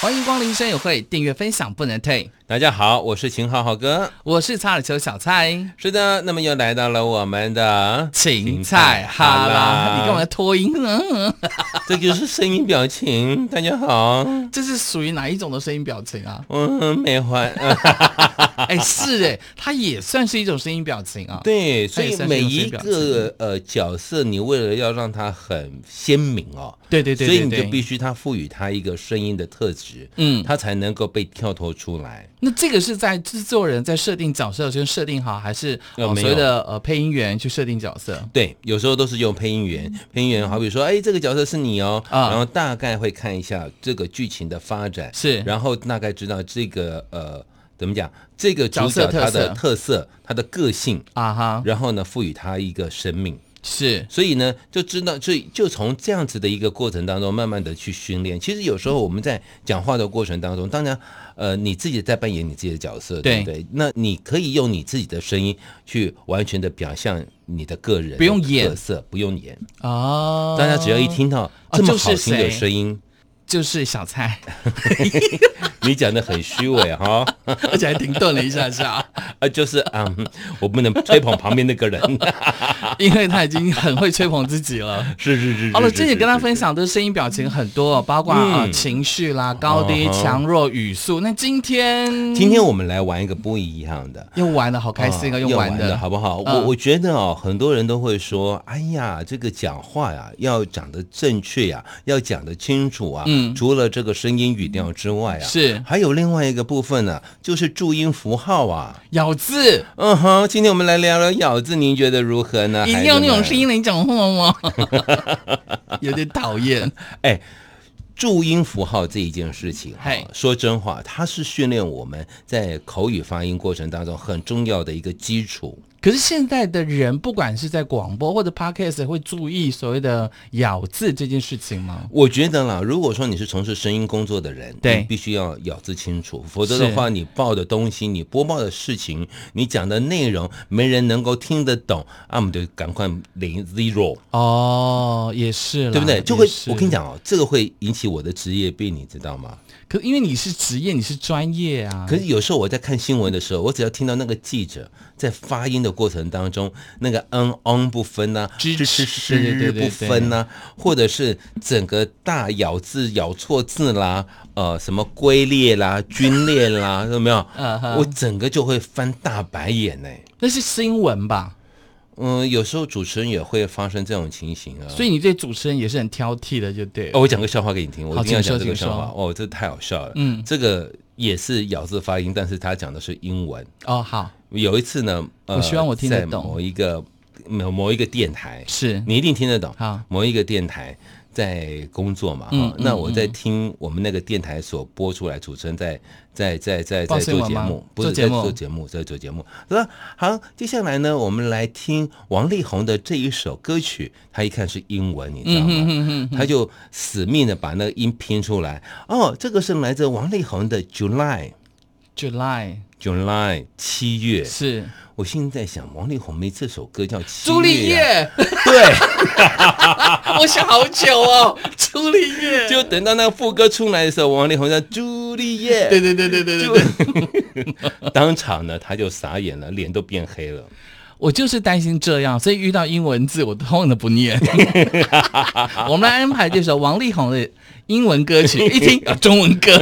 欢迎光临生友会，订阅分享不能退。大家好，我是秦昊昊哥。我是查尔球小蔡，是的，那么又来到了我 们的芹菜哈啦，你干嘛？脱音呢？ 这就是声音表情。大家好，？这是属于哪一种的声音表情啊 嗯，美环。 哎，是哎，它也算是一种声音表情啊。，对，所它也以算是一每种声一音表个呃角色，你为了要让它很鲜明哦，对对对所以对你对。就必须它赋予它一个声音的特质，嗯它才能够被跳脱出来。那这个是在制作人在设定角色先设定好，还是、呃呃、没所有谓的呃配音员去设定角色？对，有时候都是用配音员，配音员好比说，哎，这个角色是你哦，嗯啊然后大概会看一下这个剧情的发展，是然后大概知道这个呃怎么讲，这个角主色角特他的色特色、他的个性，啊哈，然后呢赋予他一个生命。是所以呢，就知道，所以就从这样子的一个过程当中，慢慢的去训练。其实有时候我们在讲话的过程当中，当然，呃，你自己在扮演你自己的角色，对对不对？那你可以用你自己的声音去完全的表现你的个人，不用演特色，不用演。哦，大家只要一听到这么好听的声音，就是小蔡，你讲的很虚伪哈，而且还停顿了一下下，啊，就是嗯，我不能吹捧旁边那个 人，因为他已经很会吹捧自己了。是是是。好了，是这里跟大家分。是是享的声音表情很多，包括啊、呃嗯情绪啦、高低、嗯哼强弱、语速。那今天是今天我们来玩一个不一样的，又玩的好开心啊，啊又要玩玩的，好不好？嗯我我觉得哦，很多人都会说，哎呀，这个讲话呀，要讲的正确呀，要讲的清楚啊。嗯除了这个声音语调之外啊，是还有另外一个部分呢、就是注音符号啊。咬字，嗯哼，今天我们来聊聊咬字，您觉得如何呢？一定孩要子那们种声。音来讲话吗？ 有点讨厌。哎，注音符号这一件事情、啊嘿，说真话，它是训练我们在口语发音过程当中很重要的一个基础。可是现在的人，不管是在广播或者 podcast，会注意所谓的咬字这件事情吗？我觉得啦，如果说你是从事声音工作的人，对你必须要咬字清楚，否则的话，你报的东西、你播报的事情、你讲的内容，没人能够听得懂，啊，我们就赶快零 zero，哦，也是啦，对不对？就会也，是我跟你，讲哦，这个会引起我的职业病，你知道吗？可因为你是职业，你是专业啊，可是有时候我在看新闻的时候，我只要听到那个记者在发音的过程当中，那个 n on 不分啊呐、支支持持对对对对不分呐、或者是整个大咬字咬错字啦，呃，什么龟裂啦、皲裂 啦，有没有嗯哼？我整个就会翻大白眼呢、那是新闻吧？嗯，有时候主持人也会发生这种情形啊。所以你对主持人也是很挑剔的，就对了。哦，我讲个笑话给你听，我好一定要请说讲这个请笑话说。哦，这太好笑了。嗯这个也是咬字发音，但是他讲的是英文。哦，好，有一次呢，呃、我希望我听得在懂某一个某某一个电台，是你一定听得懂。好某一个电台在工作嘛，哈、嗯嗯那我在听我们那个电台所播出来，主持人在在在在报在新闻做节吗目，不做是节在目做节目，在做节目。说好，接下来呢，我们来听王力宏的这一首歌曲，他一看是英文，你知道嗯吗？他就死命的把那个音拼出来。哦，这个是来自王力宏的 July。 July July 七月是我现在在想，王力宏没这首歌叫《七朱丽月》叶，啊，我想好久哦， 朱丽叶对，，就等到那个副歌出来的时候，王力宏叫《朱丽叶》，对对对对对对对，当场呢他就傻眼了，脸都变黑了。我就是担心这样，所以遇到英文字我通常都不 念。我们来安排这首王力宏的英文歌曲，一听啊中文歌，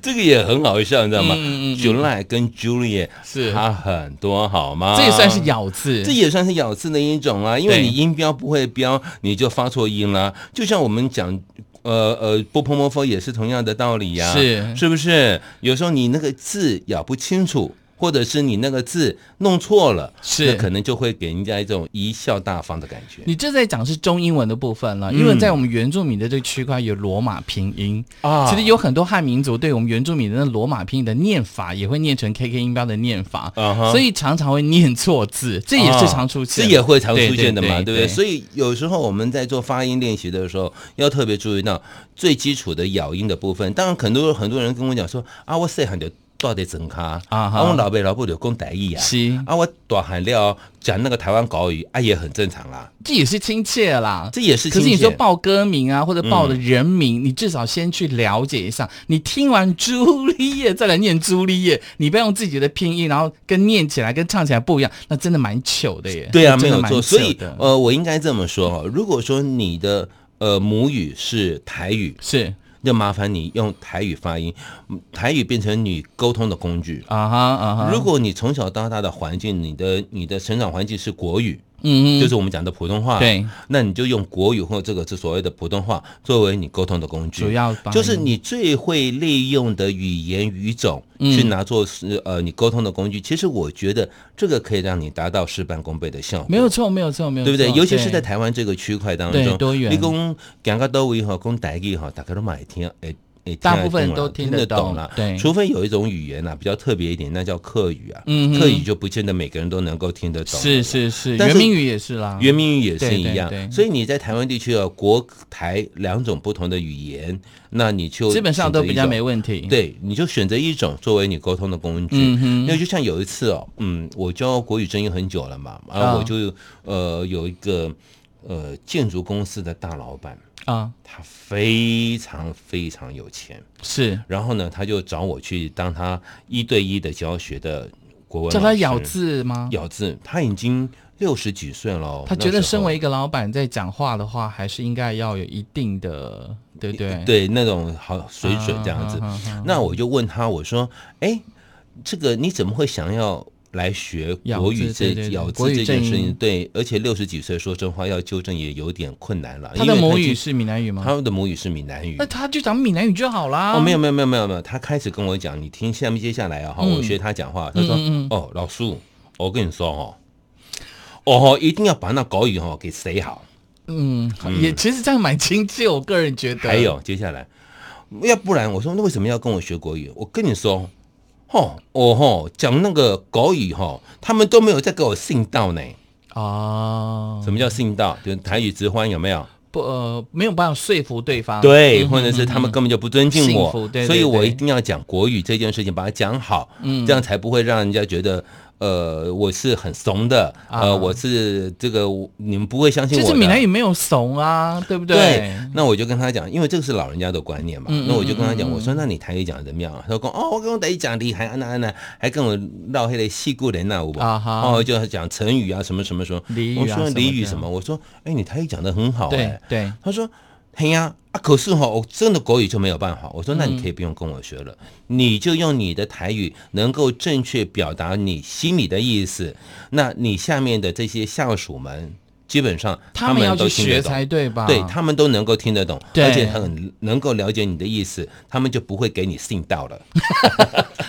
这个也很好笑，你知道吗、嗯嗯嗯 j u l y 跟 Juliet 是啊差很多，好吗？这也算是。咬字这。也算是咬字的一种啦、因为对你音标不会标，你就发错音啦。就像我们讲，呃呃，波波摩佛也是同样的道理呀、是是不是？有时候你那个字咬不清楚，或者是你那个字弄错了，是那可能就会给人家一种贻笑大方的感觉。你这在讲是中英文的部分嗯了，因为在我们原住民的这个区块有罗马拼音啊其实有很多汉民族对我们原住民的那罗马拼音的念法也会念成 KK 音标的念法啊哈所以常常会念错字，这也是常出现，啊这也会常出现的嘛，对不对？所以有时候我们在做发音练习的时候，要特别注意到最基础的咬音的部分。当然，很多很多人跟我讲说啊，我细汉就到底整卡啊哈我老爸老母就讲台语啊，是啊，我大汉了讲那个台湾国语啊，也很正常啦，这也是亲切啦。这也是可亲是切。你说报歌名啊，或者报的人名，你至少先去了解一下。你听完朱丽叶再来念朱丽叶，你不要用自己的拼音，然后跟念起来跟唱起来不一样，那真的蛮糗的耶。对啊，那没哎真的有蛮错。所以糗的呃，我应该这么说哈，哦如果说你的呃母语是台语，是那麻烦你用台语发音，嗯台语变成你沟通的工具。啊哈啊哈，如果你从小到大的环境，你的你的成长环境是国语，嗯嗯就是我们讲的普通话，对，那你就用国语或这个是所谓的普通话作为你沟通的工具，主要发音就是你最会利用的语言语种嗯去拿做是呃你沟通的工具。其实我觉得这个可以让你达到事半功倍的效果，没有错，没有错，没有对错，不对？尤其是在台湾这个区块当哦对中，多元你讲讲到多维哈，讲台语哈，大家都买听，哎。哎大部分都听听得得懂懂啦，对除非有一种语言呐、啊、比较特别一点，那叫客语啊，嗯哼客语就不见得每个人都能够听得懂。是是是，但是原名语也是啦，原民语也是对一对样，对所以你在台湾地区啊，国台两种不同的语言，那你就基本上都比较没问问题。，对，你就选择一种作为你沟通的工具。嗯哼那就像有一次哦，嗯，我教国语真音很久了嘛，然啊后我就、呃有一个呃建筑公司的大老板，啊，他非常非常有钱，是然后呢，他就找我去当他一对一的教学的国文老叫师，他咬字吗？咬字，他已经六十几岁了哦，他觉得那时身候为一个老板在讲话的话，还是应该要有一定的，对不对？对那种好水准这样子。啊啊啊啊那我就问他，我说：“哎，这个你怎么会想要来学国咬语字这对对对咬字国语这件正事情？”音对，而且六十几岁，说真话要纠正也有点困难了。他因的为母已语经，是闽南语吗？他的母语是闽南语那。啊他就讲闽南语就好啦。哦，没有有，没有没有没有没有，他开始跟我讲，你听下面接下来啊、哈、我学他讲话，他说：“嗯嗯哦，老叔，我跟你说哦，哦，一定要把那国语哦给塞好。”嗯，也其实这样蛮亲切，我个人觉得。还有接下来，要不然我说那为什么要跟我学国语？我跟你说，吼，哦吼，讲那个国语吼，他们都没有在给我信道呢。哦，什么叫信道？就是台语直欢有没有？不呃，没有办法说服对方。对，嗯或者是他们根本就不尊敬幸我福，对嗯所以对我对一定要讲国语这件事情，把它讲好，这样才不会让人家觉得。呃，我是很怂的，啊呃，我是这个，你们不会相信其我的。实闽南语没有怂啊，对不对？嗯那我就跟他讲，因为这个是老人家的观念嘛，那我就跟他讲，我说那你台语讲得怎么样啊？他说哦，我跟我台语讲厉害，安娜安娜，还跟我唠黑的戏故人呐，我啊哈哦，就讲成语啊，什么什么什么，俚语啊我说什么俚语这样什么，我说哎，你台语讲得很好哎、对对，他说嘿呀、啊，可是哈、我真的国语就没有办法。我说那嗯你可以不用跟我学了，你就用你的台语能够正确表达你心里的意思，那你下面的这些下属们。基本上他们要都去听得学懂才对吧？对他们都能够听得懂，对而且很能够了解你的意思，他们就不会给你信道了，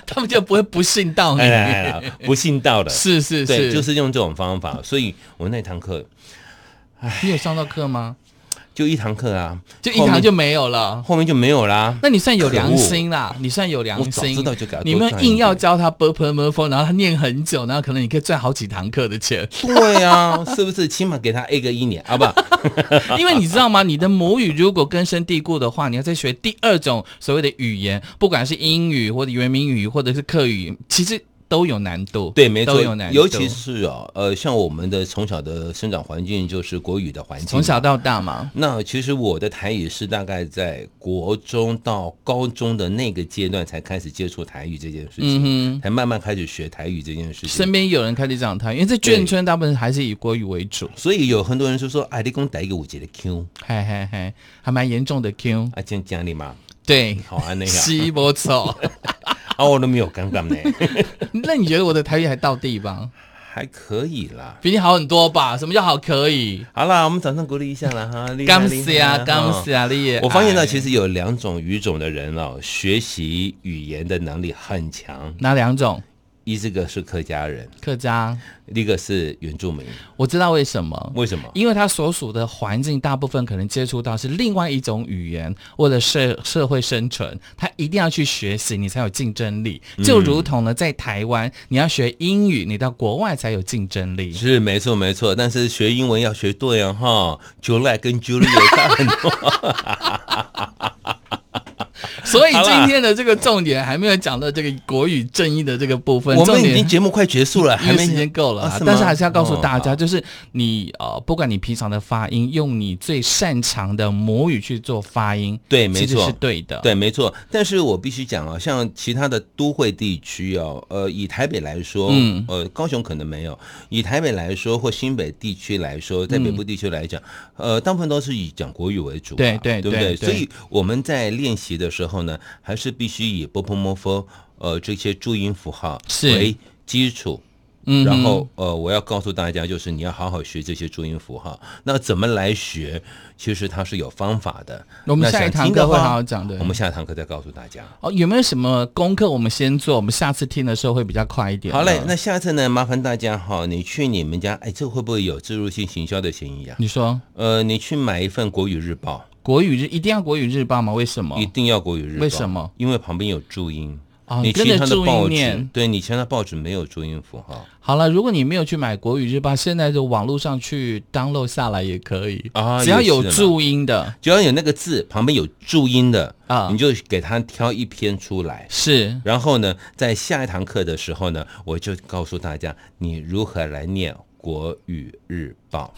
他们就不会不信到你。哎呀哎呀不信道了。是是对，是，就是用这种方法，所以我那堂课你有上到课吗？就一堂课啊，就一后面堂就没有了。后面就没有啦。那你算有良心啦，你算有良我早心。知道就给他多你们赚一硬要点教他 b u r p l e m u r p h 然后他念很久，然后可能你可以赚好几堂课的钱， 对啊，是不是？起码给他 A 个一年啊，不，因为你知道吗？你的母语如果根深蒂固的话，你要再学第二种所谓的语言，不管是英语或者原民语或者是客语，其实都有难度。对，没都错有难，度，尤其是哦，呃，像我们的从小的生长环境就是国语的环境，从小到大嘛。那其实我的台语是大概在国中到高中的那个阶段才开始接触台语这件事嗯情，哼才慢慢开始学台语这件事身情。边有人开始讲台语，因为在眷村大部分还是以国语为主，所以有很多人就说：“哎，你讲台语有一个 Q 嘿嘿嘿，还蛮严重的 Q，啊，这样讲你嘛，对，好 安那样，西伯丑。 啊，我都没有尴尬呢，那你觉得我的台语还到地吧？还可以啦。比你好很多吧？什么叫好可以？好啦，我们掌声鼓励一下啦哈，厉害感厉谢害啊，哈感谢啊，你也我发现爱到其实有两种语种的人哦，学习语言的能力很强，哪两种？一这个是客家人，客家，一个是原住民，我知道为什么。为什么？因为他所属的环境，大部分可能接触到是另外一种语言，为了社社会生存，他一定要去学习，你才有竞争力。嗯就如同呢，在台湾，你要学英语，你到国外才有竞争力。是没错没错，但是学英文要学对啊哈，July 跟 Julia 差很多。所以好啦今天的这个重点还没有讲到这个国语正义的这个部分，我重们已点经节目快结束了，因还为没时间够了、啊啊是吗但是还是要告诉大哦家，就是你呃，不管你平常的发音，用你最擅长的母语去做发音，对没其实错是对的，对，没错。但是我必须讲啊，像其他的都会地区哦，呃，以台北来说，嗯呃，高雄可能没有。以台北来说，或新北地区来说，在北部地区来讲，呃，大部分都是以讲国语为主嘛、嗯啊对对对不对对所以我们在练习的时候呢，还是必须以波波摩佛呃这些注音符号是为基础。嗯哼然后呃，我要告诉大家，就是你要好好学这些注音符号。那怎么来学？其实它是有方法的。我们那下一想堂听的课会话好好讲的我们下一堂课再告诉大家。哦，有没有什么功课我们先做，我们下次听的时候会比较快一点呢？好嘞，那下次呢，麻烦大家哈，你去你们家，哎，这会不会有植入性行销的嫌疑啊？你说呃，你去买一份国语日报，国语日一定要国语日报吗？为什么一？定要国语日报。哦为什么？因为旁边有注音。哦你跟其着他的注音报纸念，对你其他的报纸没有注音符号好了，如果你没有去买国语日报，现在就网络上去 download 下来也可以啊只要也是有啦注音的只要有那个字旁边有注音的啊你就给它挑一篇出来。是。然后呢，在下一堂课的时候呢，我就告诉大家你如何来念国语日报。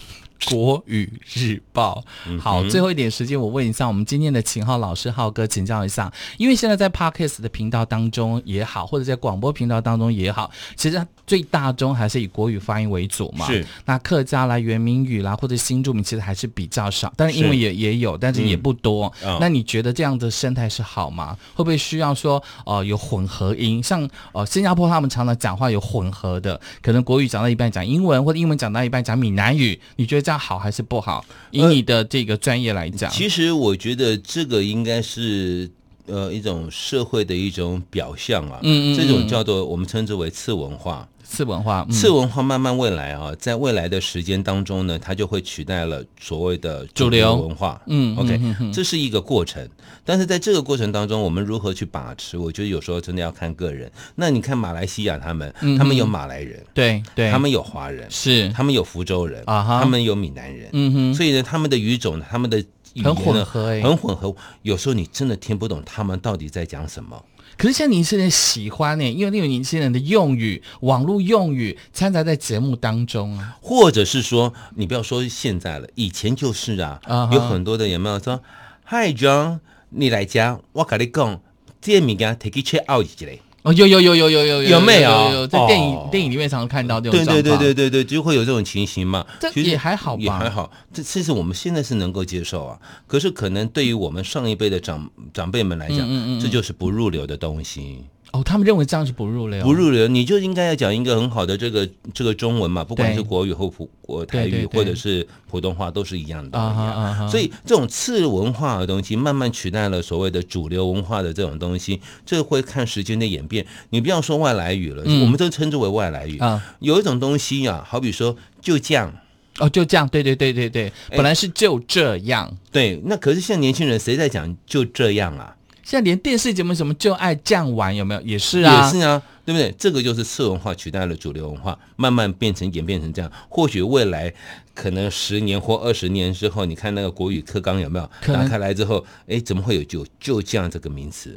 国语日报。好，最后一点时间，我问一下我们今天的秦昊老师，浩哥请教一下，因为现在在 Podcast 的频道当中也好，或者在广播频道当中也好，其实它最大宗还是以国语发音为主嘛。是。那客家啦、原民语啦，或者新住民，其实还是比较少，但是英文是也也有，但是也不多。嗯那你觉得这样的生态是好吗？会不会需要说呃有混合音？像呃新加坡他们常常讲话有混合的，可能国语讲到一半讲英文，或者英文讲到一半讲闽南语，你觉得这样好还是不好？以呃你的这个专业来讲，其实我觉得这个应该是呃一种社会的一种表象啊，嗯嗯嗯这种叫做我们称之为次文化。次文化，嗯、次文化慢慢未来啊，在未来的时间当中呢，它就会取代了所谓的主流文化。嗯，OK，嗯这是一个过程。但是在这个过程当中，我们如何去把持？我觉得有时候真的要看个人。那你看马来西亚他们，他们有马来人，对嗯对，他们有华人，是他们有福州人，啊哈他们有闽南人，嗯哼所以呢，他们的语种，他们的。语言呢很混合欸很混合。有时候你真的听不懂他们到底在讲什么。可是现在年轻人喜欢呢、因为那种年轻人的用语、网络用语掺杂在节目当中啊。或者是说，你不要说现在了，以前就是啊啊哈有很多的有没有说，Hi John，你来家，我跟你讲，这物件 take it check out 一嘞。哦，有有有有有有有没有有在电影、哦电影里面常常看到这种对状对况。对对对对，就会有这种情形嘛。这其实也还好吧嗯也还好。这其实我们现在是能够接受啊，可是可能对于我们上一辈的长长辈们来讲，这就是不入流的东西。嗯哦，他们认为这样是不入流，不入流，你就应该要讲一个很好的这个这个中文嘛，不管对是国语或普国台对对语对或者是普通话，都是一样的道理啊哈啊哈所以这种次文化的东西，慢慢取代了所谓的主流文化的这种东西，这会看时间的演变。你不要说外来语了，我们都称之为外来语。嗯啊有一种东西呀、好比说就酱，哦，就这样，对对对对对，哎本来是就这样，对，那可是现在年轻人谁在讲就这样啊？现在连电视节目什么就爱这样玩，有没有？也是啊，也是啊，对不对？这个就是次文化取代了主流文化，慢慢变成演变成这样。或许未来可能十年或二十年之后，你看那个国语课纲有没有可能打开来之后，哎，怎么会有就就这样这个名词？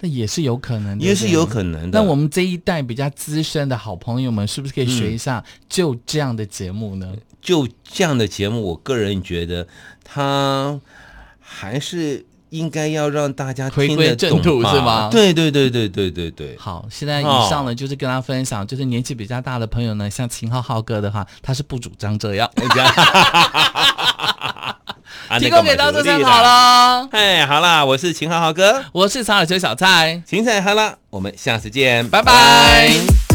那也是有可能的，也是有能。可能的。那我们这一代比较资深的好朋友们，是不是可以嗯学一下就这样的节目呢？就这样的节目，我个人觉得它还是应该要让大家回听归得正懂途吧是吗对对对对对对对。好，现在以上呢就是跟大家分享，就是年纪比较大的朋友呢，像秦昊浩哥的话，他是不主张这样， 啊提供给大家参考。那个马德里啦啦。哎，好啦，我是秦浩浩哥。我是查尔球小蔡，芹菜哈啦，我们下次见，拜拜